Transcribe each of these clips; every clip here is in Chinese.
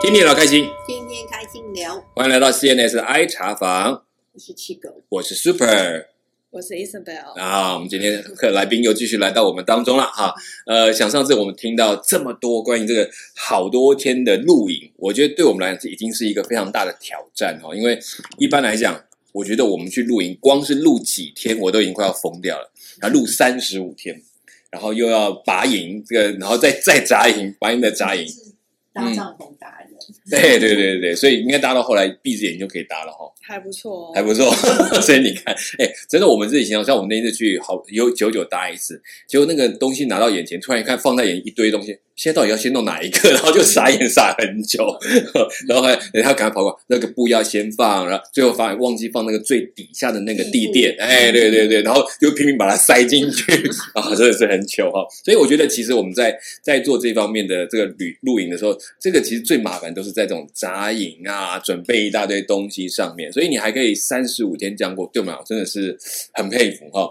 天天老开心，天天开心聊，欢迎来到 CNS 的 I 茶房，我是七狗，我是 Super 我是 Isabel，啊，我们今天客来宾又继续来到我们当中了哈、呃，想上次我们听到这么多关于这个好多天的录影，我觉得对我们来讲已经是一个非常大的挑战哈、因为一般来讲，我觉得我们去露营，光是录几天我都已经快要疯掉了，然后录三十五天。然后又要拔营，这个，然后再再扎营，拔营再扎营，是搭帐篷达人，嗯对对对对对，所以应该搭到后来闭着眼就可以搭了哈、还不错哦，还不错。 所以你看，哎、真的，我们自己形容，像我们那次去好有久久搭一次，结果那个东西拿到眼前，突然一看放在眼一堆东西，现在到底要先弄哪一个？然后就傻眼傻很 久，然后还然后赶快跑过来，那个布要先放，然后最后发现忘记放那个最底下的那个地垫，哎，对对对，然后就拼命把它塞进去 啊，真的是很糗哈、所以我觉得，其实我们在在做这方面的这个旅露营的时候，这个其实最麻烦都是在这种扎营啊，准备一大堆东西上面，所以你还可以三十五天这样过，对吗？我真的是很佩服哈、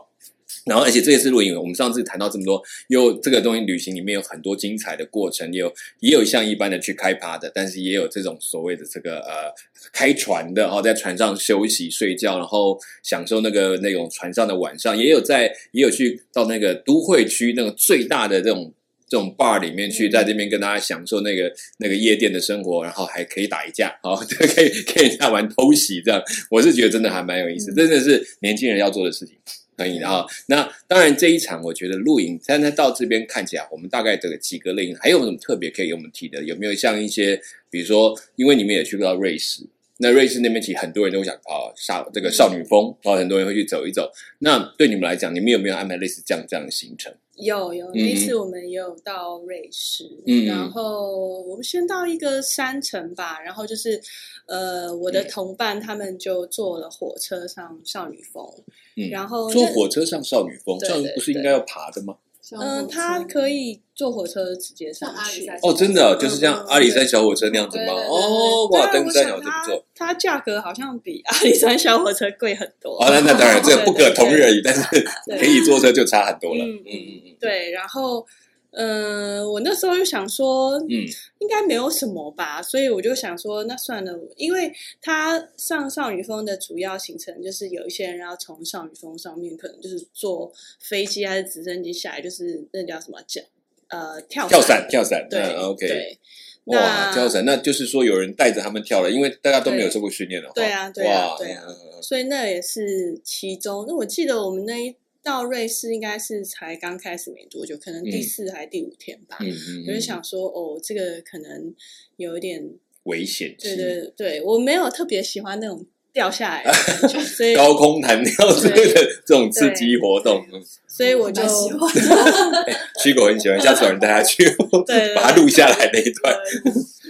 然后，而且这一次露营，我们上次谈到这么多，有这个东西旅行里面有很多精彩的过程，也有也有像一般的去开趴的，但是也有这种所谓的这个呃开船的哦，在船上休息睡觉，然后享受那个那种船上的晚上，也有在也有去到那个都会区那个最大的这种。这种 bar 里面去，嗯在这边跟大家享受那个那个夜店的生活，然后还可以打一架，哦， 对，可以可以在玩偷袭这样，我是觉得真的还蛮有意思，嗯真的是年轻人要做的事情。可以的哈。那当然，这一场我觉得露营，但它到这边看起来，我们大概这个几个类型，还有什么特别可以给我们提的？有没有像一些，比如说，因为你们也去到瑞士，那瑞士那边其实很多人都会想啊，少这个嗯少女峰，啊，很多人会去走一走。那对你们来讲，你们有没有安排类似这样这样的行程？有有嗯那次我们也有到瑞士，嗯然后我们先到一个山城吧，然后就是呃，我嗯的同伴他们就坐了火车上少女峰，嗯然后坐那火车上少女峰，对这样不是应该要爬的吗？像嗯、火车他可以坐火车直接上像阿里去山。哦，真的哦就是像嗯阿里山小火车那样子对吗？对对哦，对哇，当然登我山想鸟这么它做。它价格好像比阿里山 小火车贵很多。哦，那那当然，这个不可同日而语，但是对可以坐车就差很多了。嗯嗯嗯嗯，对，然后，呃，我那时候就想说，嗯，应该没有什么吧，所以我就想说，那算了，因为他上少女峰的主要行程就是有一些人要从少女峰上面，可能就是坐飞机还是直升机下来，就是那叫什么叫呃跳嗯跳伞，跳伞，对、嗯，OK，对，哇，那跳伞，那就是说有人带着他们跳了，因为大家都没有受过训练了，对哈啊对啊哇对啊嗯嗯嗯所以那也是其中。那我记得我们那一到瑞士应该是才刚开始没多久，可能第嗯四还第五天吧。嗯嗯，嗯我就想说，哦，这个可能有一点，危险期，对对对，我没有特别喜欢那种掉下来的 感觉，所以高空弹跳之类的这种刺激活动，嗯所以我就蛮喜欢虚狗很喜欢，下次有人带他去，对 把它录下来那一段，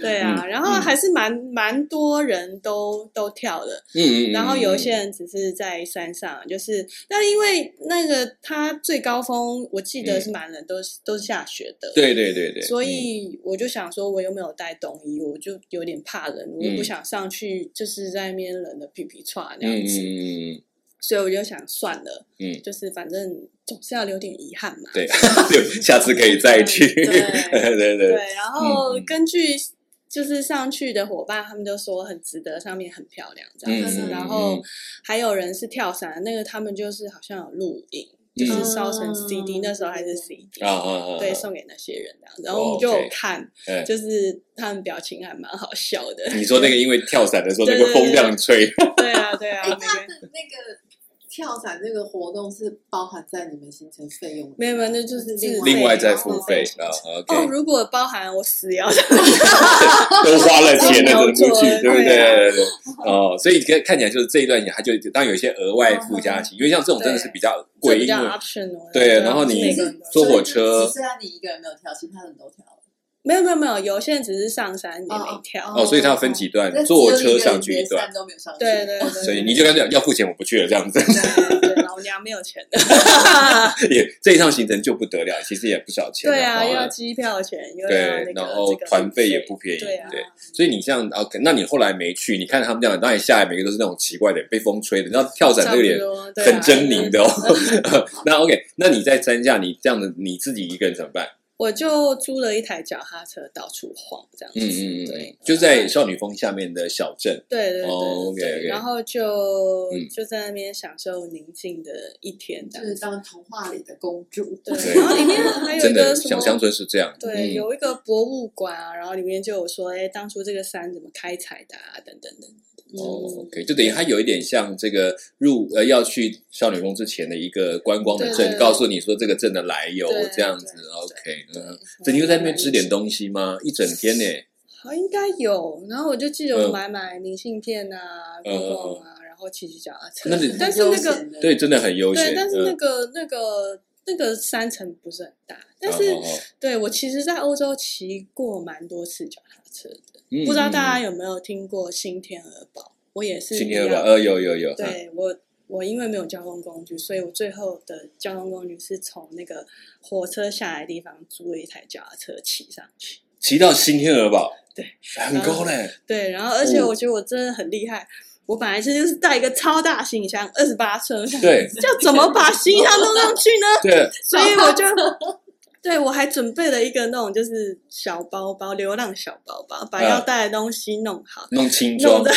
对 对嗯啊，然后还是蛮蛮多人都都跳的，嗯嗯，嗯然后有一些，人只是在山上，就是但因为那个它最高峰，我记得是满人都是都是下雪的，对对对对，所以我就想说，我又没有带冬衣，我就有点怕冷，我又不嗯想上去，就是在那边冷的皮皮喘嗯，嗯那样嗯子。嗯嗯嗯。所以我就想算了，嗯就是反正总是要留点遗憾嘛。对，对， 下次可以再去。对 对啊 对对，对，然后嗯嗯根据就是上去的伙伴，他们都说很值得，上面很漂亮这样子。嗯嗯然后还有人是跳伞，那个他们就是好像有录影，就嗯是烧成 CD，、嗯那时候还是 CD。啊啊啊！啊对，送给那些人这样子，然哦后我们就有 OK 看，哎就是他们表情还蛮好笑 的。你说那个因为跳伞的时候，那对个对风对这样吹， 对啊，对啊，哎，每个他人的那个跳伞那个活动是包含在你们行程费用里面吗？没有没有那就是自费 另外再付费哦啊哦， ，OK，如果包含我死也要都花了钱了，金牛怎么座不去？对不对？对啊对对哦，所以看看起来就是这一段也，它就当然有一些额外附加嗯型，因为像这种真的是比较这贵，比因较为 optional 的。对啊然后你每个人都坐火所以就车只剩下你一个人没有跳，其他人都跳了。没有没有没有，有些人只是上山也没跳。哦，所以它要分几段，坐车上去一段，，都没有上去。对对对，对哦所以你就干脆要付钱，我不去了这样 子。对对，老娘没有钱 的。也这一趟行程就不得了，其实也不少钱了。对啊，哦又要机票钱，又要对那，然个后哦这个团费也不便宜，对啊对，所以你像啊，那你后来没去，你看他们这样，当然下来每个都是那种奇怪的，被风吹的，你知道跳伞差这个不脸多对啊 很啊 狰狞的哦。那 OK，那你在山下，你这样的你自己一个人怎么办？我就租了一台脚踏车到处晃，这样子。嗯嗯嗯，对，就在少女峰下面的小镇，对对对哦对，OK，OK 然后就、嗯就在那边享受宁静的一天，这就样是子。当童话里的公主，对，然 后哦里面还有真一个的什小么？乡村是这样。对，嗯有一个博物馆啊，然后里面就有说，哎，当初这个山怎么开采的啊，等等等等。哦嗯， ，OK，就等于它有一点像这个入呃要去少女峰之前的一个观光的对镇，对告诉你说这个镇的来由对这样子对，OK，嗯，对所以你就在那边吃点东西吗？一整天呢？嗯好，应该有。然后我就记得嗯我买买明信片啊，逛逛啊，然后骑骑脚踏车那你。但是那个，个对，真的很悠闲。对，但是那嗯个那个那个山城不是很大，但好是好好对我其实，在欧洲骑过蛮多次脚踏车的。嗯不知道嗯大家有没有听过新天鹅堡？我也是嗯今一天样。吧，呃，有有 有，嗯对我，我因为没有交通工具，所以我最后的交通工具是从那个火车下来的地方租了一台脚踏车骑上去。骑到新天鹅堡，对，很高嘞，对，然后而且哦我觉得我真的很厉害。我本来是就是带一个超大行李箱，二十八寸，我想对 要怎么把行李箱弄上去呢？对，所以我就，对我还准备了一个那种就是小包包，流浪小包包，把嗯要带的东西弄好，弄轻弄装在，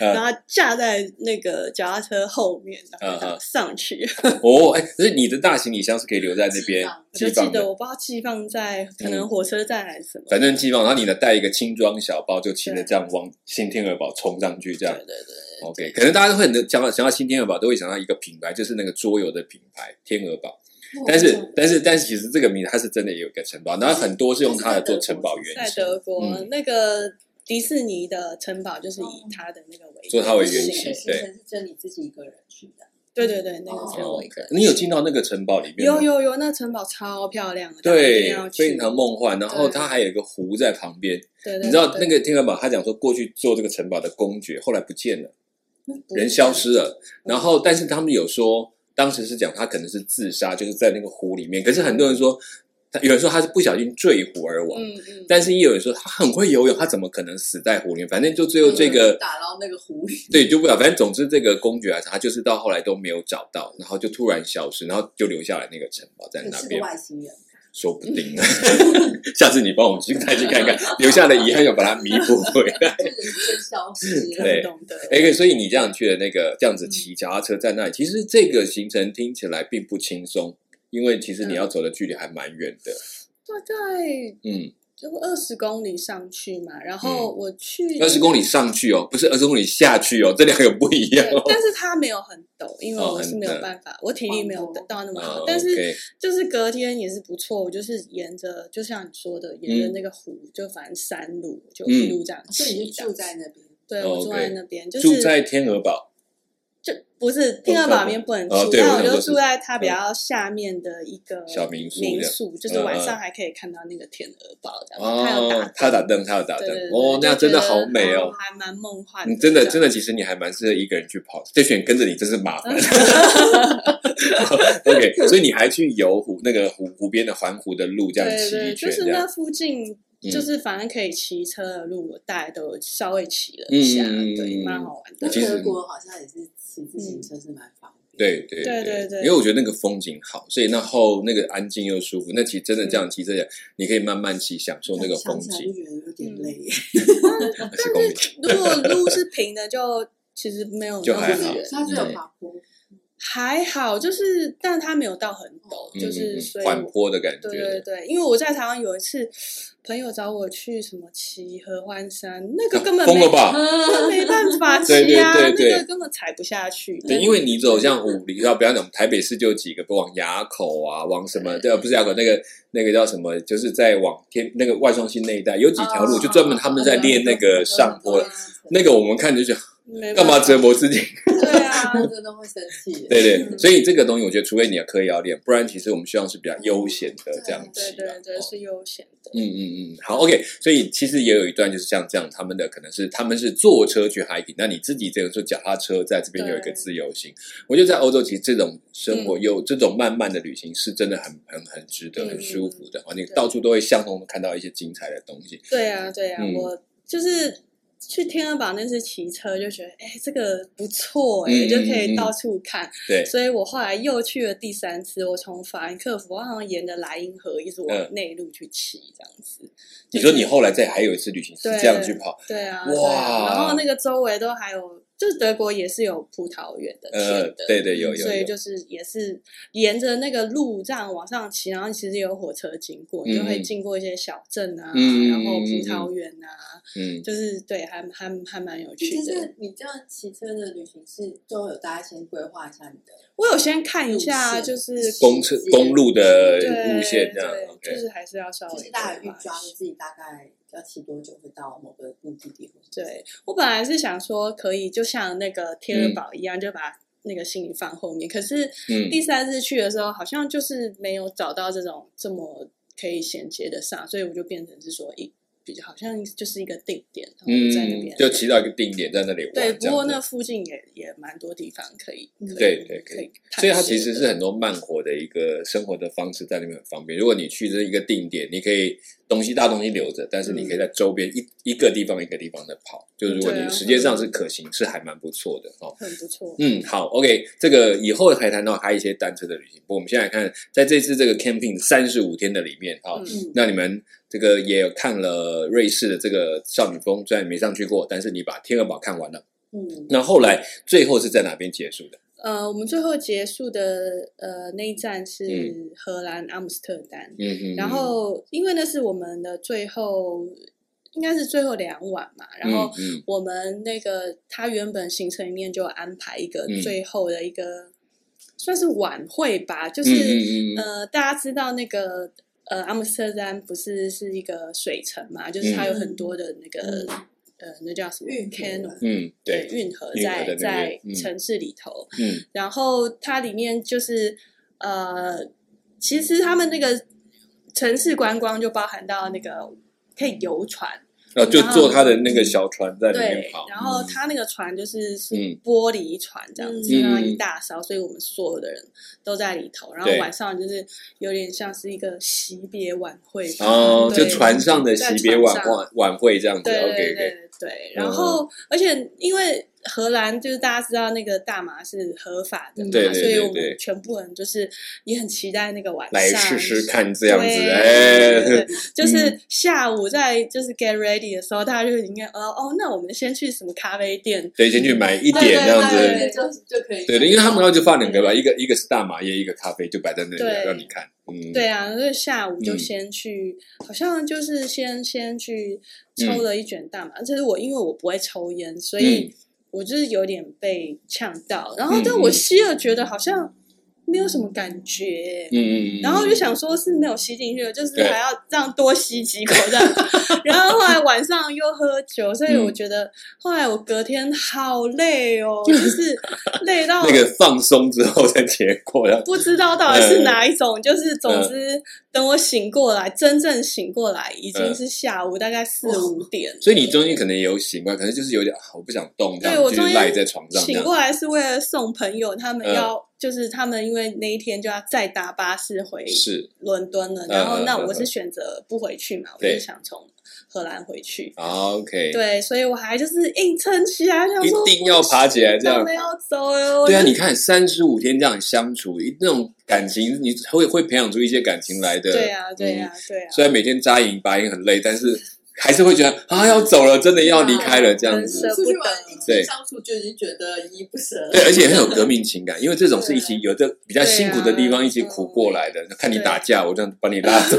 嗯然后架在那个脚踏车后面，然嗯后嗯上去。哦，哎，所以你的大行李箱是可以留在那边我寄就记放得的，我不知道寄放在可嗯能火车站还是什么，反正寄放，然后你呢带一个轻装小包，就骑着对这样往新天鹅堡冲上去，这对样对对， OK，可能大家都会很想到想到新天鹅堡，都会想到一个品牌，就是那个桌游的品牌天鹅堡。但是但是但是，其实这个名字它是真的有一个城堡，然后很多是用它来做城堡原在型，德国、嗯那个迪士尼的城堡就是以它的那个为做它为原原型型。行对，程是就你自己一个人去的，对对对，那个哦是我一个 OK 你有进到那个城堡里面吗有有有，那城堡超漂亮的，大家一定对要，去非常梦幻。然后对它还有一个湖在旁边，对对对你知道那个天鹅堡，他讲说过去做这个城堡的公爵后来不见了。不人消失了。然后，但是他们有说，当时是讲他可能是自杀，就是在那个湖里面。可是很多人说，他有人说他是不小心坠湖而亡，嗯嗯，但是也有人说他很会游泳，他怎么可能死在湖里面？反正就最后这个、打捞那个狐嗯狸，对就不了。反正总之，这个公爵啊，他就是到后来都没有找到，然后就突然消失，然后就留下来那个城堡在你那是边个，外星 人，说不定呢。嗯 下次你帮我们去再去看 看，留下的遗憾要把它弥补回来。这人真消失了。对懂得。哎、所以你这样去的那个这样嗯子骑脚踏车在那里，其实这个行程听起来并不轻松，因为其实嗯你要走的距离还蛮远的。大概嗯，就二十公里上去嘛，然后我去二十公里上去哦，不是二十公里下去哦，这 两个不一样对哦。但是它没有很陡，因为哦我是很没有陡办法，我体力没有到那么好哦，但是 OK 就是隔天也是不错，我就是沿着就像你说的，沿着嗯那个湖，就反正山路就嗯一路这样所以骑你就住的。在那边，对，哦我住 OK 在那边，就住是在天鹅堡，就不是天鹅堡里面不能哦住，对但我我想就说住是嗯在它比较下面的一个小民宿民这样宿，就是晚嗯上还可以看到那个天鹅堡这样，它有打哦，他打灯灯，他有打对灯对对，哦，那样真的好美哦。还蛮梦幻你真的这真样的，其实你还蛮适合一个人去跑，这选跟着你真是麻烦。OK，所以你还去游湖那个湖湖边的环湖的路这样对骑对，一就圈，是这那样附近，嗯就是反正可以骑车的路，我大概都稍微骑了一下，嗯嗯嗯对，嗯蛮好玩我的。其实德国好像也是骑自行车是蛮方便。对对对对对因为我觉得那个风景好，所以然后那个安静又舒服。那其实真的这样骑车，你可以慢慢骑，享受那个风想起来就景。觉得有点累耶，二十公里， 如果路是平的，就其实没有就 那嗯么还好远，它是有爬坡，还好，就是但它没有到很陡，嗯就嗯是嗯所以缓坡的感觉。对对对，因为我在台湾有一次，朋友找我去什么骑合欢山，那个根啊本疯没了吧？那 没办 法对骑啊，对对对那个根本踩不下去。对，因为你走像五里，要不要讲台北市就有几个，往雅口啊，往什么？对，不是雅口，那个那个叫什么？就是在往天那个外双溪那一带有几条路，哦就专门他们在练那啊个上坡。那个我们看着就想，没干嘛办法折磨自己？对 啊，我真的会生气。对对，嗯所以这个东西我觉得，除非你要刻意要练，不然其实我们希望是比较悠闲的这样骑对啊。对对，哦是悠闲的。嗯嗯嗯，好，OK。所以其实也有一段就是像这样，他们的可能是他们是坐车去 hiking，那你自己这个坐脚踏车在这边有一个对自由行。我觉得在欧洲其实这种生活有、这种慢慢的旅行是真的很很很值得、嗯很舒服的啊！你对到处都会相同的看到一些精彩的东西。对啊，对啊，嗯我就是去天鹅堡那次骑车就觉得，哎、这个不错哎、嗯嗯就可以嗯到处看。对，所以我后来又去了第三次，我从法兰克福，我好像沿着莱茵河一直往嗯内陆去骑，这样子。你说你后来再还有一次旅行是对这样去跑，对啊，哇对啊然后那个周围都还有，就是德国也是有葡萄园的甜呃的，，嗯对对，有有所以有，就是也是沿着那个路这样往上骑，然后其实也有火车经过，你就会嗯嗯经过一些小镇啊，嗯嗯嗯然后葡萄园啊，嗯，就是对，还还还蛮有其趣实的。是你这样骑车的旅行是都有大家先规划一下你的，我有先看一下，路线就是公车直接公路的对路线这样对就，OK，是还是要稍微就是大家有规预划一抓下自己大概要骑多久会到某个目的地或者是对我本来是想说，可以就像那个天鹅堡一样，就把那个行李放后面。可是嗯第三次去的时候，好像就是没有找到这种这么可以衔接的上，所以我就变成是说一比较好像就是一个定点，然后我在那边、嗯，就骑到一个定点在那里玩，对。这不样过子那附近也也蛮多地方可以，可以对对可以探所以它索其实是的很多慢活的一个生活的方式，在那边很方便。如果你去这一个定点，你可以东西大东西留着，但是你可以在周边一、一个地方一个地方的跑。就如果嗯你对啊时间上是可行，是还蛮不错的哦。很不错。嗯，好，OK，这个以后还谈到还有一些单车的旅行。不过我们现在看，在这次这个 camping 三十五天的里面，哈、嗯嗯，那你们这个也有看了瑞士的这个少女峰，虽然没上去过，但是你把天鹅堡看完了。嗯，那后来最后是在哪边结束的？呃，我们最后结束的呃那一站是荷兰阿姆斯特丹，嗯哼，然后因为那是我们的最后，应该是最后两晚嘛，然后嗯嗯我们那个他原本行程里面就安排一个嗯最后的一个、算是晚会吧，就嗯是、嗯嗯嗯呃，大家知道那个呃，阿姆斯特丹不是是一个水城嘛，就是它有很多的那个、嗯呃，那叫什么运河 canal。嗯，对，运河运河在在那边在嗯城市里头，嗯然后它里面就是呃，其实他们那个城市观光就包含到那个可以游船，然后哦就然后坐他的那个小船在里面对跑，，然后它那个船就是是嗯玻璃船这样子，嗯然后一大艘，所以我们所有的人都在里头，然后对晚上就是有点像是一个惜别晚会吧，哦，就嗯对船上的在惜别船晚上晚晚会这样子嗯对对，OK 对 OK，对对，然后、而且因为荷兰就是大家知道那个大麻是合法的嘛，对对对所以我对们全部人就是也很期待那个晚上来试试看这这样子，对哎，对就是下午在就是 get ready 的时候，大家就已经哦哦，那我们先去什么咖啡店，对，先去买一一点这样子，对嗯就是就可以，对的，因为他们要就放两个吧，一个一个是大麻叶，一个咖啡，就摆在那里对让你看，嗯，对啊，就是下午就嗯先去，好像就是先先去嗯抽了一卷大麻。就是我因为我不会抽烟，所以我就是有点被呛到。然后嗯但嗯我吸了，觉得好像没有什么感觉。嗯嗯，嗯然后就，想说，是没有吸进去的，就是对还要这样多吸几口 这样。然后后来晚上又喝酒，所以嗯我觉得后来我隔天好累哦， 就是累到那个呃放松之后再结果，然后不知道到底是哪一种，就是总嗯之，等我醒过来，真正醒过来已经是下午大概四五点。嗯哦所以你中间可能也有醒过来，可能就是有点啊我不想动，这对样我就中是间赖在床上这醒样，过来是为了送朋友，他们嗯要、就是他们因为那一天就要再搭巴士回是伦敦了，嗯然后嗯那嗯我是嗯选择不回去嘛，我对就想从荷兰回去。啊，OK，对，所以我还就是硬撑起来，想说一定要爬起来这样真的。要走了。对啊，我就你看三十五天这样相处，一那种感情，你会会培养出一些感情来的。对啊，对嗯啊，对啊。虽然每天扎营拔营很累，但是还是会觉得啊，要走了，真的要离开啊了这样真子是。出去玩一对起相处就已经觉得依依不舍了，对，而且很有革命情感，因为这种啊是一起有的比较辛苦的地对方啊一起苦过来的。看你打架，我这样把你拉走，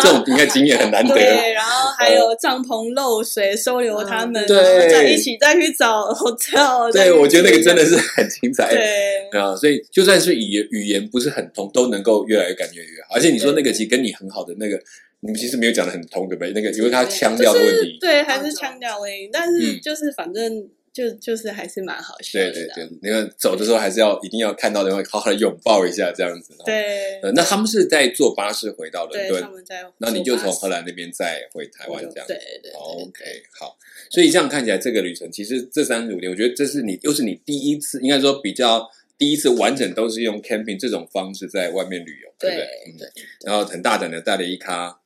这种应该经验很难得。对，然后还有帐篷漏水，收留他们，嗯然后再对一起再去找 hotel 再去。对，我觉得那个真的是很精彩。对啊，所以就算是语言语言不是很通，都能够越来越感觉越好。而且你说那个其实跟你很好的那个，你们其实没有讲的很通，对不对？那个因为他腔调的问题，对，还是腔调问题，但是嗯就是反正就就是还是蛮好笑对的对啦。对，那个走的时候还是要一定要看到的话，好好的拥抱一下这样子。，对呃，那他们是在坐巴士回到伦对，他敦，们在那你就从荷兰兰那边再回台湾这样子哦对。对对 OK，好，所以这样看起来，这个旅程其实这三十五天，我觉得这是你又是你第一次，应该说比较第一次完整都是用 camping 这种方式在外面旅游，对不对嗯对，然后很大胆的带了一咖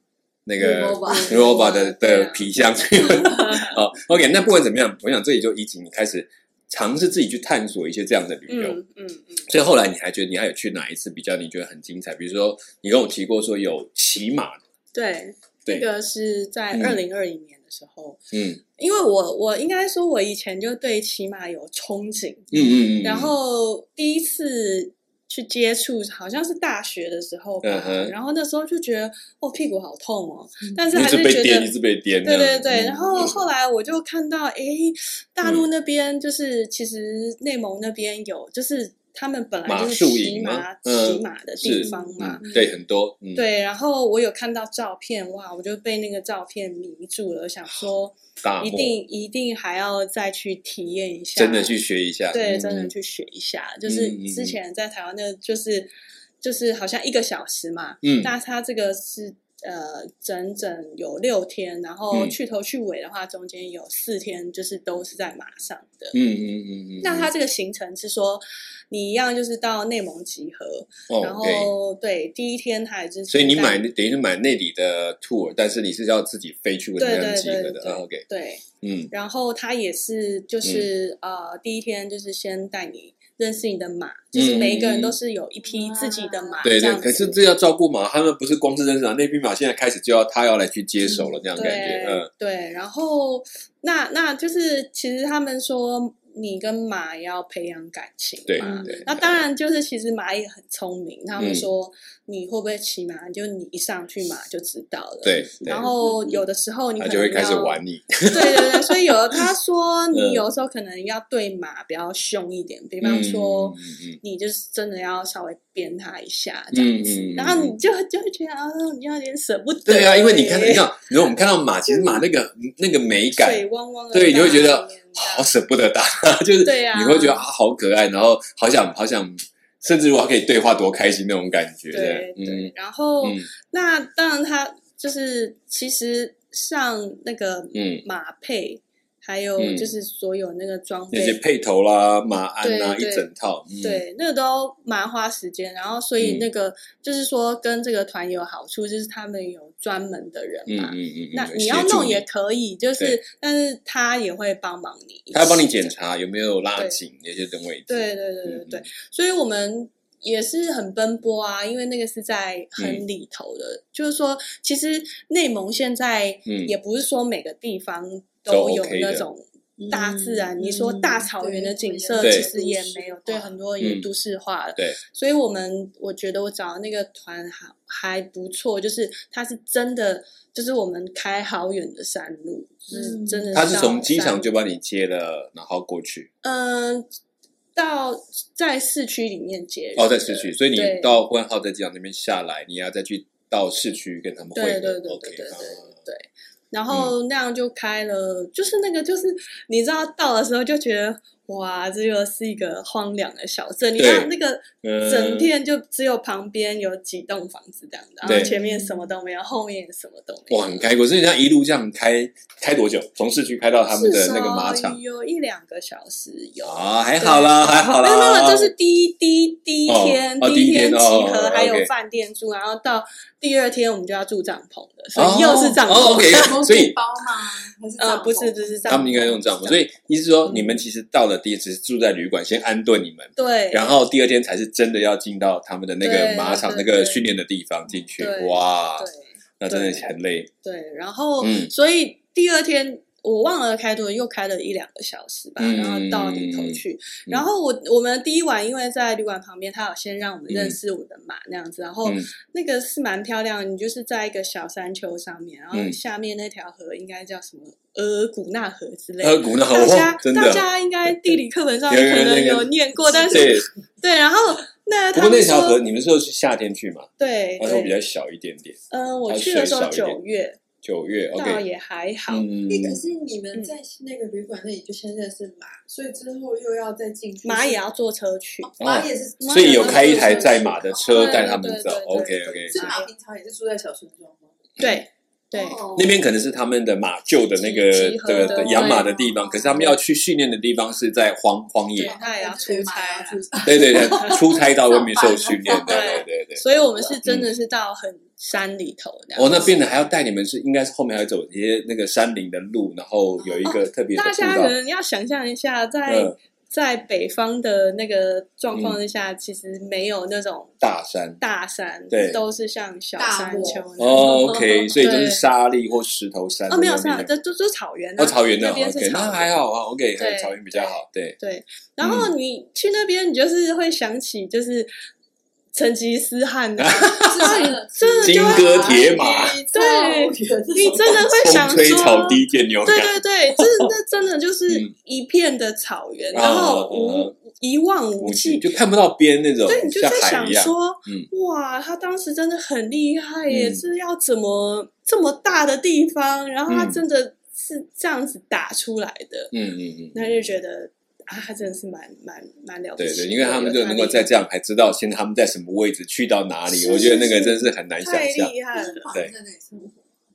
那个 MOBA Roba 的对的啊皮箱去。 好，OK，那不管怎么样，我想这里就已经开始尝试自己去探索一些这样的旅游。嗯嗯嗯，所以后来你还觉得你还有去哪一次比较你觉得很精彩？比如说你跟我提过说有骑马，对，对这个是在嗯二零二零年的时候，嗯因为我我应该说，我以前就对骑马有憧憬，嗯嗯嗯，然后第一次去接触，好像是大学的时候吧。嗯哼然后那时候就觉得，哦，屁股好痛哦，嗯但是一还直是被觉颠，一得。直被颠，对这对样对，嗯然后后来我就看到，诶，大陆那边就是其实内蒙那边有，就是他们本来马就是术骑营马吗嗯骑马的地是方嘛，嗯对，很多，嗯，对。然后我有看到照片，哇，我就被那个照片迷住了，想说 大漠一定一定还要再去体验一下，真的去学一下，对，嗯真的去学一下。就是嗯嗯之前在台湾的，就是就是好像一个小时嘛，嗯那它这个是呃整整有六天，然后嗯去头去尾的话，中间有四天就是都是在马上的。嗯嗯嗯嗯，那它这个行程是说，你一样就是到内蒙集合，哦对然后对第一天它也是在，所以你买那等于是买那里的 tour，但是你是要自己飞去温对江对集合对的。对啊 OK，对，嗯然后他也是就是、呃，第一天就是先带你认识你的马，就是每一个人都是有一匹自己的马，嗯对这对，样子可是这要照顾马，他们不是光是认识啊，那匹马现在开始就要他要来去接手了，这样感觉，对、嗯对，然后那那就是其实他们说你跟马要培养感情，对嗯嘛。对嗯那当然，就是其实马也很聪明。他们说你会不会骑马，就你一上去马就知道了。。对对，嗯然后有的时候你可他能就会开始要玩你，对对对，所以有 的他说，嗯你有的时候可能要对马比较凶一点，比方说，嗯嗯嗯你就是真的要稍微鞭他一下这样子，嗯嗯嗯然后你就就会觉得啊，你有点舍不得。对啊，因为你看，你欸看，如果我们看到马，其实马那个那个美感，水汪汪的，对你会觉得大眼大好舍不得打， 就是对啊你会觉得啊好可爱，然后好想好想，甚至如果可以对话多开心那种感觉，对嗯对，然后嗯那当然他就是其实上那个嗯，马配，还有嗯就是所有那个装那些备。配头啦、马鞍啦，一对对整套，嗯，对，那个都蛮花时间，然后所以嗯那个、就是说跟这个团有好处，就是他们有专门的人嗯嘛，嗯嗯，那嗯你要弄也。协助可以，就对是但是他也会帮忙你一起，他要帮你检查有没有拉对紧那些等位置，对对对对嗯对，所以我们也是很奔波啊，因为那个是在嗯很里头的，就是说，其实内蒙现在嗯也不是说每个地方都有 OK 那的种大自然，嗯你说嗯大草原的对景色对其实也没有，都市对化很多也嗯都市化了。对，所以我们我觉得我找的那个团还还不错，就是它是真的，就是我们开好远的山路，就是嗯真的到山。他是从机场就帮你接了，然后过去嗯、到在市区里面接人哦，在市区，所以你对到问号在机场那边下来，你要再去到市区跟他们会对合对对对对 OK，对啊对。然后嗯那样就开了，就是那个就是你知道到的时候就觉得哇，这又是一个荒凉的小镇。你对看那个嗯整片就只有旁边有几栋房子这样的，然对后前面什么都没有，后面也什么都没有。哇，很开阔，所以这样一路这样开，开多久？从市区开到他们的至少那个马场有一两个小时有。啊、还好啦，还好没啦。有没有，就是第一第一第一哦天，哦一第一天集哦合，还有 OK 饭店住，然后到第二天我们就要住帐篷了，所以又是帐哦篷。哦，OK， 不所是以包吗？还是呃，帐不是篷不是帐篷，他们应该用帐篷，所以意思嗯说你们其实到了第一只是住在旅馆，先安顿你们，对，然后第二天才是真的要进到他们的那个对马场那对个对训练的地方进去对，哇，对那真的很累，对，然后、嗯所以第二天。我忘了开多，又开了一两个小时吧，嗯然后到里头去。嗯然后我我们第一晚因为在旅馆旁边，他有先让我们认识我们的马那样子，然后嗯那个是蛮漂亮，你就是在一个小山丘上面，然后嗯下面那条河应该叫什么额古纳河之类的。喝古那大家哇，哦真大的，家应该地理课本上有有可能那个有念过，但是对。对，然后那不他过们那条河说你们是要去夏天去嘛？对，而且比对较小一点点，嗯，我它去水的时候少一点九月，九月倒，OK，也还好。嗯那可是你们在那个旅馆那里就先认识马，所以之后又要再进去。哦马也要坐车去，嗯马也是，所以有开一台马也是载马的车带他们走对对对，OK 对 OK，对所以马平常也是住在小村庄吗？对对哦那边可能是他们的马厩的那个集集合的的的养马的地方，可是他们要去训练的地方是在荒荒野对，，他也要出差啊啦。对对 对，出差到外面受训练，对对对对。所以我们是真的是到很山里头这样嗯哦，那子变得还要带你们是，应该是后面还要走一些那个山林的路，然后有一个特别的哦大步家道可，能要想象一下，在、嗯，在北方的那个状况之下，其实没有那种大山。大山，对都是像小大山漠丘那种。哦，OK，所以就是 对沙砾或石头山。哦，没有那种山，地这这这是草原、啊，方哦，草原的那边是，OK，草那原还好啊，OK，对草原比较好，对，对，然后嗯你去那边，你就是会想起就是成吉思汗 啊，真的金就会戈铁马， 对，你真的会想风吹草说，低见牛对羊，对对，这 那真的就是嗯一片的草原，啊然后无嗯一望无无际际。就看不到边那种对，你，就像在海想一样。说嗯，哇，他当时真的很厉害耶！嗯这要怎么这么大的地方，然后他嗯真的是这样子打出来的，嗯嗯嗯。那就觉得啊，他真的是蛮蛮蛮了不对起的。对，因为他们就能够有他厉害在这样还知道现在他们在什么位置，去到哪里，是我觉得那个是真是很难想太象。厉害了。对在那里生活，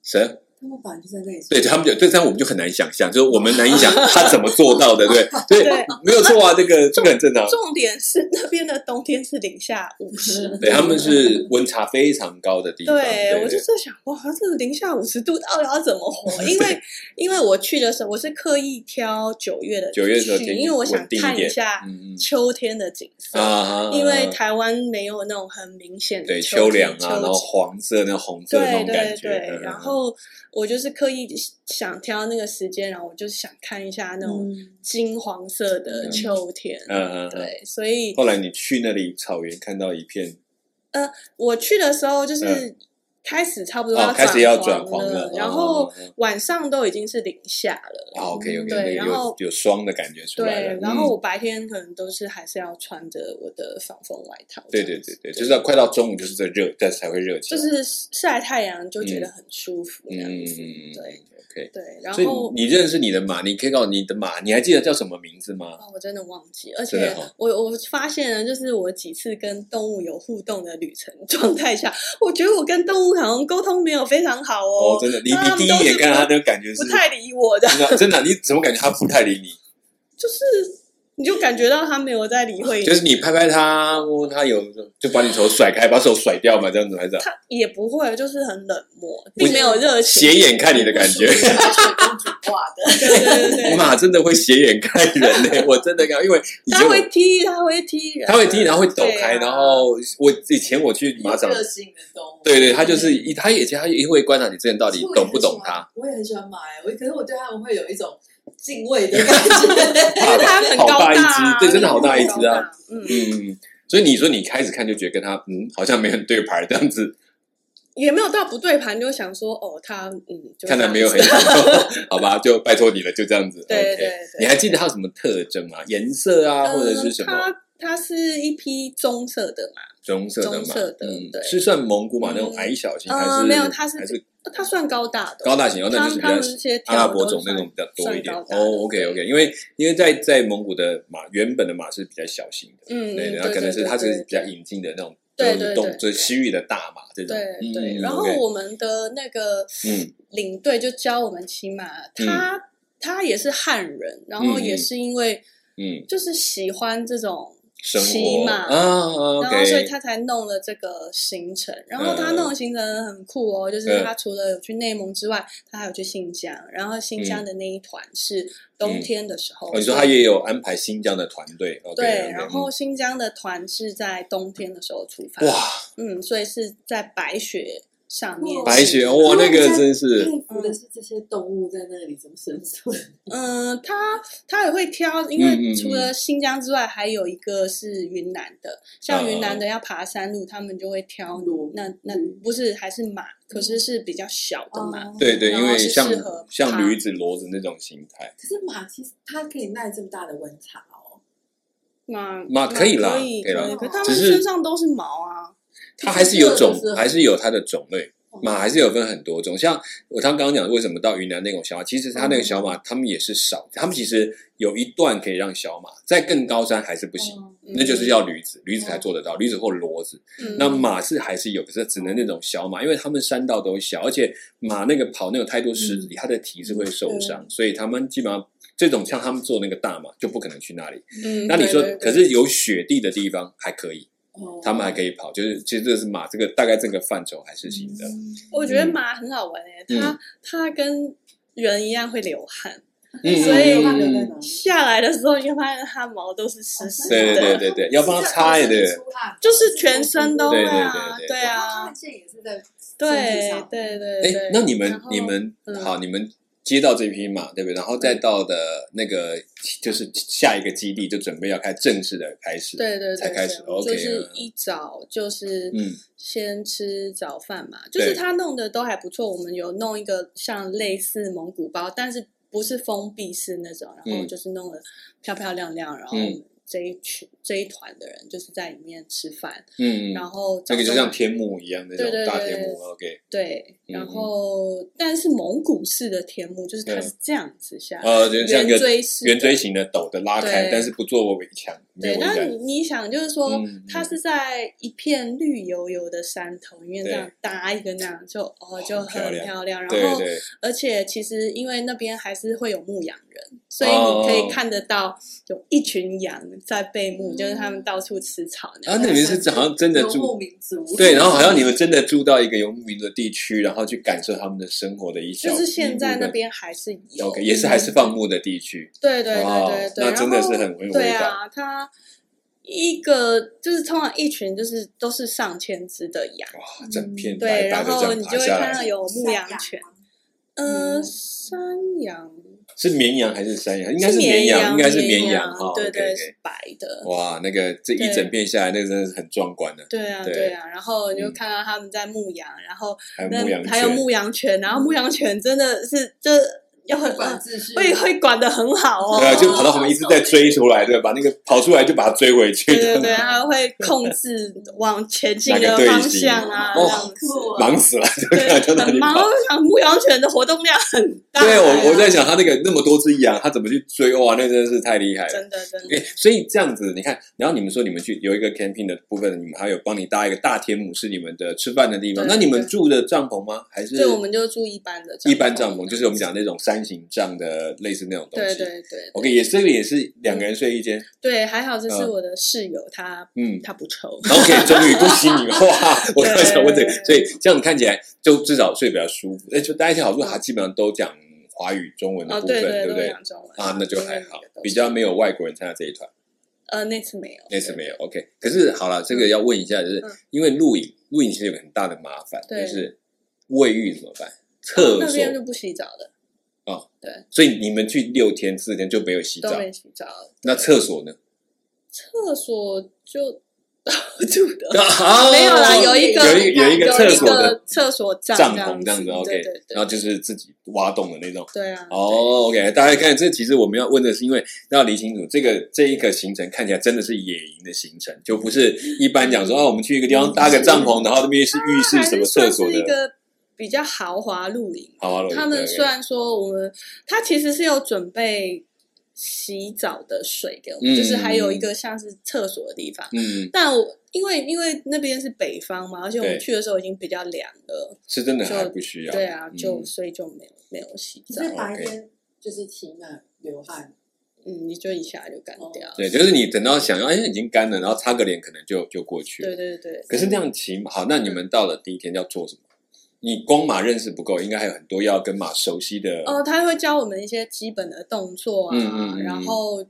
神他们本来就在那里生活。对，他们就对，但我们就很难想象，就是我们难以 想他怎么做到的，对对对，没有错啊，这个这个很正常。 重点是那边的冬天是零下五十，对，他们是温差非常高的地方，嗯对，对，我就在想，哇，这个零下五十度到底要怎么 活？因为因为我去的时候，我是刻意挑九月的九月的时候去天气因为我想稳定看一点下嗯秋天的景色。嗯啊，因为台湾没有那种很明显的对秋天凉秋啊，然后季黄色那红色的那对种感对觉，对，嗯然后我就是刻意想挑那个时间，然后我就是想看一下那种嗯，金黄色的嗯秋天。嗯嗯，嗯。对，所以后来你去那里草原看到一片，我去的时候就是嗯开始差不多哦，开始要转黄黄了，然后嗯嗯嗯晚上都已经是零下了。啊，OK OK，嗯对那个然后有有霜的感觉出来了。对，然嗯后我白天可能都是还是要穿着我的防风外套这对样子。对对对，就是要快到中午，就是这热，这才会热起就来。是晒太阳就觉得很舒服这嗯样嗯子。嗯对，OK。对，然所以后你认识你的马，你可以告诉你的马，你还记得叫什么名字吗？哦，我真的忘记，而真且的哦我我发现呢，就是我几次跟动物有互动的旅程 状态下，我觉得我跟动物好像沟通没有非常好哦哦，，真的，你他你们第都一是眼看不他的感觉是不，太理我的，真的真的，你怎么感觉他不太理你？就是你就感觉到他没有在理会你，就是你拍拍他，摸他有就把你手甩开，把手甩掉嘛，这样子还是他也不会，就是很冷漠，不并没有热情。斜眼看你的感觉。公主挂的，对对对对，马真的会斜眼看人呢，我真的看，因为以前他我会踢，他会踢人，啊他会踢，然后会走对开，啊然后我以前我去 马场个性的动物。对对，他就是嗯以他以前他也会观察你之前到底懂不懂 他，我也很喜欢马欸，我可是我对他们会有一种敬畏的感 觉。因为他很好高大一啊只，对，真的好大一很只啊，高大，嗯，嗯，所以你说你开始看就觉得跟他嗯好像没很对牌这样子，也没有到不对盘，就想说哦，他嗯，就看来这样没有子很想做， 好吧，就拜托你了，就这样子。 对 OK 对对你还记得他有什么特征吗？颜色啊，或者是什么嗯它它是一批棕色的嘛，棕色的嘛棕色？的嗯，对是算蒙古嘛那种嗯矮小型呃还是没有它是还是它算高大的。高大型，哦，那它就是比它较们这些阿拉条伯都种那算种比较多算一点。高哦大的，OK OK，因为因为在在蒙古的马原本的马是比较小型的，嗯，嗯对，对，然后可能是对它对是比较引进的那种，对就是对动对就是西域的大马这种。对对，嗯然后 OK 我们的那个嗯领队就教我们骑马，他他也是汉人，然后嗯也是因为嗯，就是喜欢这种生骑活马，啊啊然后所以，OK，他才弄了这个行程。然后他弄的行程很酷哦，就是嗯他除了有去内蒙之外，他还有去新疆。然后新疆的那一团是冬天的时候，嗯哦，你说他也有安排新疆的团队，OK，嗯对，然后新疆的团是在冬天的时候出发，哇，嗯，所以是在白雪上面，哇白雪，哦哇，那个真是，佩服的是这些动物在那里怎么生存。嗯，他他也会挑，因嗯嗯为嗯除了新疆之外，还有一个是云南的，像云哦南的要爬山路，他们就会挑鹿那那嗯不是还是马，可嗯是是比较小的马哦，对对，嗯然因后为是像适合像爬驴子、骡子那种形态，可是马其实它可以耐这么大的温差哦，马马可可以啦可以可以啦可是他只们是身上都是都是毛啊， 嗯它还是有种就是，还是有它的种类，马还是有分很多种，像我刚刚讲的，为什么到云南那种小马，其实它嗯那个小马，他们也是少，他们其实有一段可以让小马，在更高山还是不行，哦那就是要驴子，驴子才做得到，驴子或骡子。嗯那马是还是有，可是只能那种小马，因为他们山道都小，而且马那个跑那种太多石嗯子，它的蹄是会受伤，所以他们基本上这种像他们做那个大马就不可能去那里。嗯那你说对对，可对是有雪地的地方还可以，哦他们还可以跑，就是其实这是马这个大概这个范畴还是行的。嗯嗯我觉得马很好玩诶、嗯它它跟人一样会流汗，嗯所以那留在哪里下来的时候你会发现它毛都哦是湿湿对的，对对对对，要帮他擦耶，对。就是全身都会啊，对对对对对啊，这也是在身体对上对对对哎，那你们然后你们嗯好，你们接到这匹马对不对？然后再到的那个就是下一个基地，就准备要开正式的开始。对对对才开始对 OK，就是嗯一早就是嗯先吃早饭嘛，就对是他弄的都还不错。我们有弄一个像类似蒙古包，但是不是封闭式那种，然后嗯就是弄得漂漂亮亮，然后嗯我们这一群这一团的人就是在里面吃饭，嗯，然后那个就早上像天幕一样那对种对大对天幕，OK，对，嗯然后但是蒙古式的天幕就是它对是这样子下来，呃，就像一圆个锥式的圆锥形的斗的拉开，对但是不做围墙，没有对，围那栏你。你想，就是说，嗯它是在一片绿油油的山头里面这对样搭一个那样，就哦就很漂亮漂亮。对然后，对，而且其实因为那边还是会有牧羊人，所以哦你可以看得到有一群羊在被牧，嗯就是他们到处吃草然那样。后那边是好像真的游牧住，民族，对，然后好像你们真的住到一个游牧民族的地区，然后去感受他们的生活的一小嗯就是现在那一部边还是分有哦 OK，也是还是放牧的地区，对对对哇对对，那真的是然后很很对伟大。啊，它一个就是通常一群就是都是上千只的羊。哇，整片嗯对，白然白的这后样你爬就会下看到来，有牧羊犬，呃，嗯山羊是绵羊还是山羊？应该绵绵应该是绵羊羊哈。对 OK，哦对， OK 是白的，哇，那个这一对整片下来，那个真的是很壮观的，对啊对对啊，然后你就嗯看到他们在牧羊，然后还有那牧羊还有犬牧羊犬，然后牧羊犬真的是就要很 不管秩序，会会管的很好哦，对啊，就跑到后面一直在追出来，对吧，把那个跑出来就把它追回去，对对对，它会 控制往前进哪的个队方形向啊，哦这 样子酷啊忙死了，就看到对，那很里忙。跑我。想牧羊犬的活动量很大，对我我在想，他那个那么多只羊，他怎么去追？哇，那真的是太厉害了。真的真的哎，所以这样子，你看，然后你们说你们去有一个 camping 的部分，你们还有帮你搭一个大天幕，是你们的吃饭的地方。对那你们住的帐篷吗？还是对，我们就住一般的一般帐篷篷？就是我们讲那种三形帐的，类似那种东对西。对对 OK，也这个也是两个人睡一间。对，还好就是嗯我的室友他嗯，他不抽， OK，终于恭喜你 哇！我刚才想问这个，对所以这样看起来就至少睡比较舒服。哎，就大家听好处，他基本上都讲华语、中文的嗯 哦部分，对不都对？讲中文啊，那就还好，比。因为那个都较是没有外国人参加这一团，呃，那次没有，那次没有。OK，可是好了，这个要问一下，就是嗯因为露营，露营其实有个很大的麻烦，对就是卫浴怎么办？对厕那所边，就不洗澡的，所以你们去六天四天就没有洗都澡，没洗澡。那厕所呢？厕所就住的。啊没有啦，哦有一个有一 有一个厕厕所的厕所帐帐篷这样子子，OK，对对然后就对，是自己挖洞的那种。对啊，哦，OK，大家看，这其实我们要问的是，因为要理清楚这个这一个行程看起来真的是野营的行程，就不是一般讲说啊，我们去一个地方搭个帐篷，然后那边是浴对室什么还厕算所是一的。个比较豪华露营。好啊，他们虽然说我们，他其实是有准备洗澡的水给我嗯们，就是还有一个像是厕所的地方。嗯，但我因为因为那边是北方嘛，而且我们对去的时候已经比较凉了，是真的就还不需要。对啊，嗯就、所以就没有没有洗只澡，是白天就是起满流汗，嗯，你就一下就干掉了，对，就是你等到想要，哎，已经干了，然后擦个脸，可能就就过去了。对对对，可是那样骑马，好，那你们到了第一天要做什么？你光马认识不够，应该还有很多要跟马熟悉的。哦，他会教我们一些基本的动作啊，嗯嗯嗯嗯然后。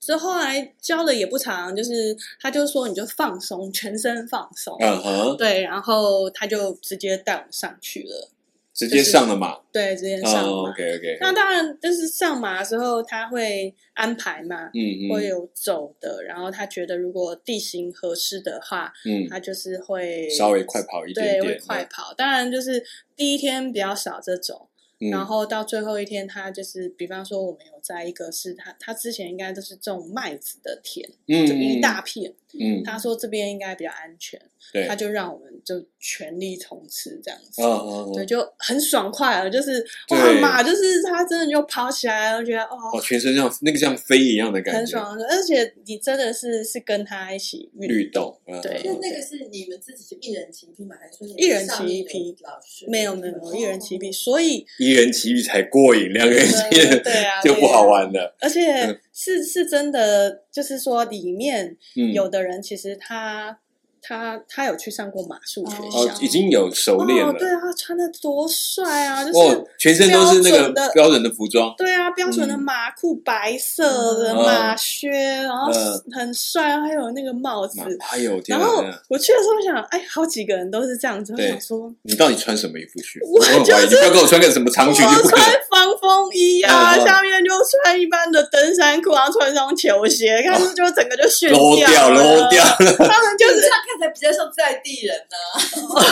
之后来教的也不长，就是他就说你就放松，全身放松，嗯哼，对，然后他就直接带我们上去了，直接上了马。对，直接上马。哦，OK OK，那当然就是上马的时候，他会安排嘛，嗯嗯会有走的，然后他觉得如果地形合适的话，嗯，他就是会稍微快跑一点对点会，快跑。当然就是第一天比较少这种，嗯然后到最后一天，他就是比方说我们有在一个是他他之前应该都是种麦子的田，嗯就一大片，嗯，他说这边应该比较安全，对，他就让我们就全力冲刺这样子。嗯嗯对，嗯，就很爽快啊！就是对哇嘛，就是他真的就跑起来了，我觉得哦哦，，全身像那个像飞一样的感很觉，爽。而且你真的是是跟他一起律运动，动，嗯对嗯那嗯那个是你们自己是一人骑一匹吗？还是说你们一人上骑一面有匹老师哦没有没哦有一人骑兵，所以一人骑遇才过瘾，两个人骑 对对啊，就不好对啊。玩了。而嗯且是是真的，就是说里面嗯，有的人其实他他他有去上过马术学哦校，已经有熟练哦对了，啊，他穿的多帅啊！就是哦，嗯全身都是那标准的个标准的服装，对啊，标准的马裤、白色的嗯马靴，然后嗯很帅，然后还有那个帽子。哎呦天然后哪！我去的时候想，哎，好几个人都是这样子，我对想说，你到底穿什么衣服去？我很怀疑，你不要给我穿个什么长我裙就不可能。穿防风衣啊，嗯嗯下面就穿一般的登山裤，然后穿双球鞋，看是就整个就炫搂哦掉，了搂掉， 他们就就是是，他看起来比较像在地人啊呢。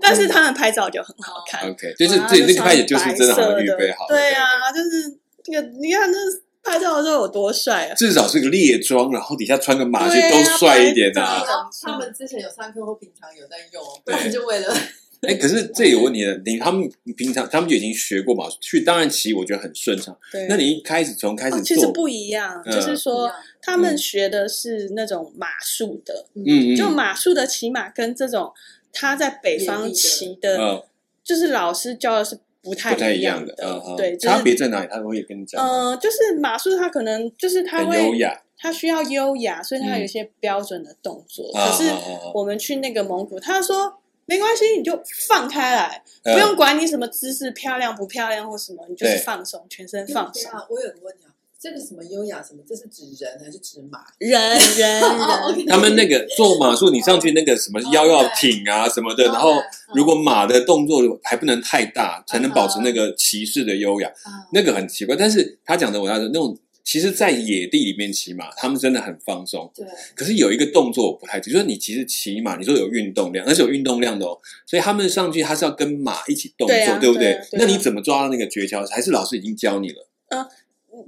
但是他们拍照就很好看。 OK，就是哦啊对那个穿拍的就是真的好白色像预备好了，对啊，就是那个，你看这拍照的时候有多帅啊！对，至少是个列装，然后底下穿个马靴对啊啊都帅一点啊白呐然色。后他们之前有上课或平常有在用，不然对就为了哎，可是这有问题的，你他们平常他们就已经学过马术，去当然骑我觉得很顺畅。对，那你一开始从开哦始其实做，不一样，嗯就是说他嗯们学的是那种马术的，嗯嗯，就马术的骑马跟这种他在北演方绎的骑的，嗯就是老师教的是不太不太一一样的的，嗯嗯，，对，就差是别在哪里？他会跟你讲吗，呃，就是马术他可能就是他很优会雅，他需要优雅，所以他嗯有一些标准的动作，啊可是啊啊啊我们去那个蒙古，他说。没关系，你就放开来，嗯不用管你什么姿势漂亮不漂亮或什么，你就是对放松，全身放对松。啊，我有个问题啊，这个什么优雅什么，这是指人还是指马？人人哦人，他们那个做马术，你上去那个什么哦腰要挺啊什么的，然后嗯如果马的动作还不能太大，才能保持那个骑士的优嗯雅，那个很奇怪。但是他讲的我那那种，其实，在野地里面骑马，他们真的很放松。对，可是有一个动作我不太，就是你其实骑马，你说有运动量，那是有运动量的哦。所以他们上去，他是要跟马一起动作，对啊不对对啊对啊那你怎么抓到那个诀窍？还是老师已经教你了？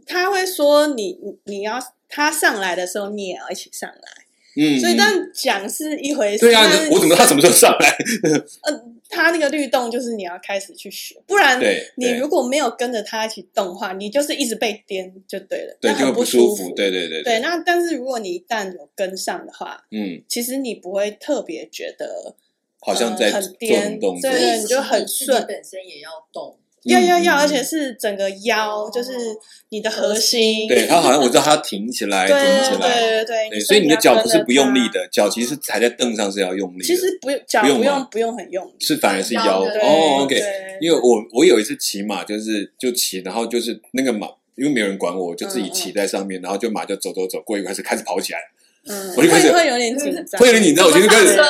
他会说你你你要他上来的时候，你也要一起上来。嗯，所以嗯但讲是一回事，对啊，但是我怎么知道他什么时候上 来？他那个律动就是你要开始去学，不然对，你对如果没有跟着他一起动的话，你就是一直被颠就对了，对那就会很不舒舒服，。对对对对，，那但是如果你一旦有跟上的话，嗯，其实你不会特别觉得好像在呃做很颠动作对。对你就很顺自己本身也要动，要要嗯要，嗯而且是整个腰，就是哎你的核心，对他好像我知道他挺起来，对挺对起来，对对对，对，所以你的脚不是不用力的。的，脚其实踩在凳上是要用力的，其实不用脚不用不吗用不用很用力，是反而是腰。腰的哦，OK，对因为我我有一次骑马，就是就骑，然后就是那个马。因为没有人管我，我就自己骑在上面，然后就马就走走走，过一会儿开始开始跑起来，嗯，我就开始会会有点紧张，会有点紧张，我就开始怎么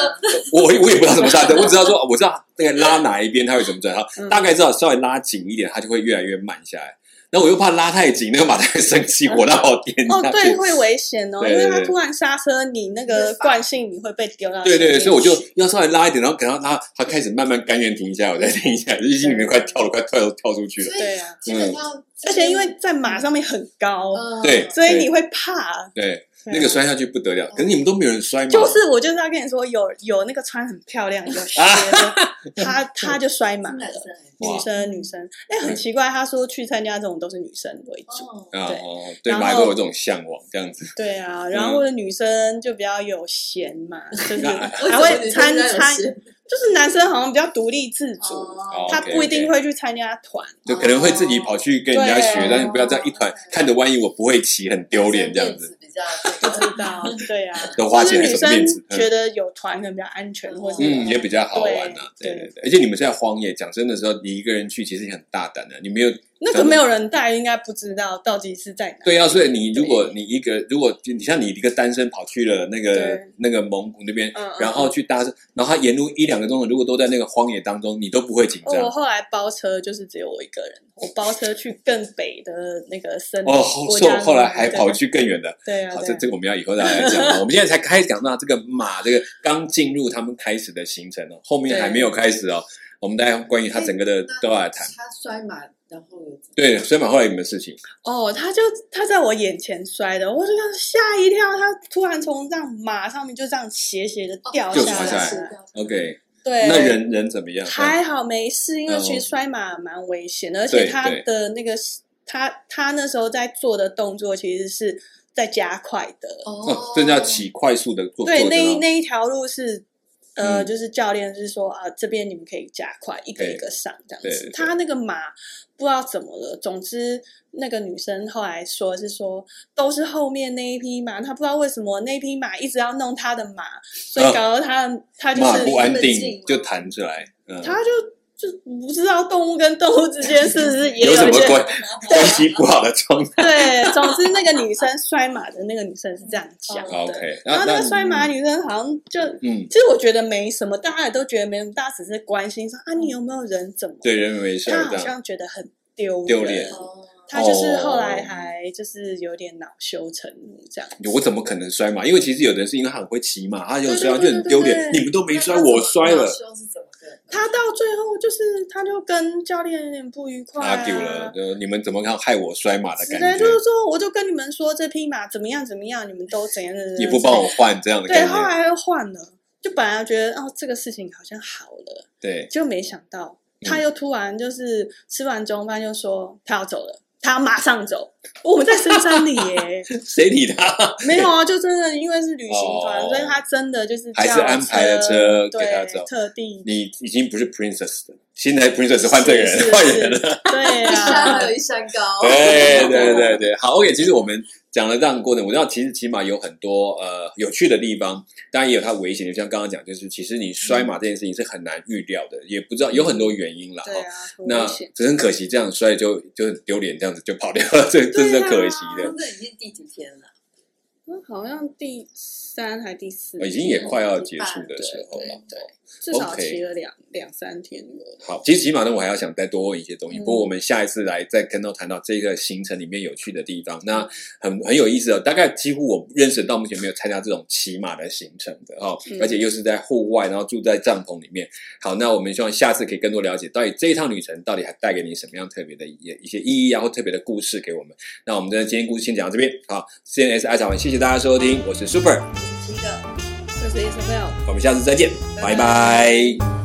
我我也不知道怎么刹车，我只知道说我知道大概拉哪一边它会怎么转，然后嗯大概知道稍微拉紧一点，它就会越来越慢下来。然后我又怕拉太紧，那个马太生气，我让我颠哦下，去对，。会危险哦，对因对为他对突然刹车，你那个惯性你会被丢到。对对，对所以我就要稍微拉一点，然后给他拉，他开始慢慢甘愿停下来，我再停下来，就是心里面快跳了，快跳了跳出去了。所对以啊，基本上，而且因为哦在马上面很高，嗯嗯对所以你会怕。对，对啊那个摔下去不得了，可是你们都没有人摔嘛，就是我就是要跟你说，有有那个穿很漂亮有靴的， 他他就摔满是男了。生还啊是哇女生女生，哎，很奇怪，他说去参加这种都是女生为主。哦啊，对哦对，然后马都有这种向往，这样子。 对啊，然后或者女生就比较有闲嘛，就是嗯 那为什还么会女生参这样有 参，事就是男生好像比较独立自主，哦他 OK，OK 不一定会去参加团。就可能会自己跑去跟人家学对，但是不要这样一团，看着万一我不会骑，很丢脸这样子。，比较 这个知 道，对呀、啊，都花钱就还是是女什么面子嗯生觉得有团可能比较安全，嗯或者嗯，也比较好玩啊。对对对对，而且你们是在荒野，讲真的时候，你一个人去其实也很大胆的，你没有那个没有人带，应该不知道到底是在哪。对啊，所以你如果你一个，如果就你像你一个单身跑去了那个对那个蒙古那边嗯嗯，然后去搭车，然后他沿路一两个钟头，如果都在那个荒野当中，你都不会紧哦我张。后来包车就是只有我一个人，我包车去更北的那个森林哦，后国所以家我公园后来还跑去更远的，对啊，好，对这啊这个我们要以后再来讲啊。我们现在才开始讲到这个马，这个刚进入他们开始的行程哦，后面还没有开始哦。我们大家关哎于他整个的都要来谈。他摔马，然后有怎么对，所以嘛，后来有没有事情？哦，他就他在我眼前摔的，我就想吓一跳，他突然从这样马上面就这样斜斜的掉哦哦就下摔下来来，来 OK，对，那人人怎么样？还好没事，因为嗯其实摔马蛮危险的，而对且他对的那个他他那时候在做的动作其实是在加快的，哦，真的要起快速的做对，做哦那一的。那一条路是。呃，嗯就是教练是说啊，这边你们可以加快，一个一个上这样对对子对。他那个马不知道怎么了，总之那个女生后来说是说都是后面那一匹马，她不知道为什么那一匹马一直要弄她的马，所以啊搞得她她就马是不安那么近定吗就弹出来，嗯，他就就不知道动物跟动物之间是不是也有什一么些哦 关 关系不好的状态对，总之那个女生摔马的那个女生是这样讲的。哦？OK，然后啊那那个摔马女生好像就，嗯，其实我觉得没什么，大家也都觉得没什么，大家只是关心说啊，你有没有人怎么？对，人没事她这好样，像觉得很丢丢脸哦，她就是后哦来还就是有点恼羞成怒这样。我怎么可能摔马？因为其实有的人是因为他很会骑马，他有对对摔他就对很对丢对脸。对你们都没摔，那他怎么我摔了恼，羞是怎么的？ 她到最后就是，她就跟教练有点不愉快、啊，阿丢了，就你们怎么看害我摔马的之感类，觉就？是说，我就跟你们说这匹马怎么样怎么样，你们都怎样怎样，也不帮我换这样的对，感后觉，来又换了，就本来觉得哦这个事情好像好了，对，就没想到他嗯又突然就是吃完中饭就说他要走了。他要马上走，我们在深山 里耶，谁理他？ 没有啊，就真的因为是旅行团，哦所以他真的就是还是叫安排了车给他对走特地你已经不是 princess 了，现在 princess 换这个是人，是换人了。对一山啊 还，有一山高，哦对对 对对，好，OK。其实我们讲了这样的过程，我知道其实骑马有很多呃有趣的地方，当然也有它危险的。就像刚刚讲，就是其实你摔马这件事情是很难预料的，也不知道有很多原因啦。对哦啊，很那危险。只是很可惜，这样摔就就很丢脸，这样子就跑掉了，这这是对啊可惜的。这已经第几天了？嗯好像第三还第四，哦已经也快要结束的时候了。哦对，至少 OK 骑了两两三天了。好，其实骑马呢，我还要想再多问一些东西。嗯不过我们下一次来再跟到谈到这个行程里面有趣的地方，那很很有意思哦。大概几乎我认识到目前没有参加这种骑马的行程的哦，嗯而且又是在户外，然后住在帐篷里面。好，那我们希望下次可以更多了解到底这一趟旅程到底还带给你什么样特别的一一些意义啊，或特别的故事给我们。那我们今天故事先讲到这边，好，CNS 爱小文，谢谢大家收听，我是 Super，第七个。这是 Isabel。我们下次再见，拜拜拜拜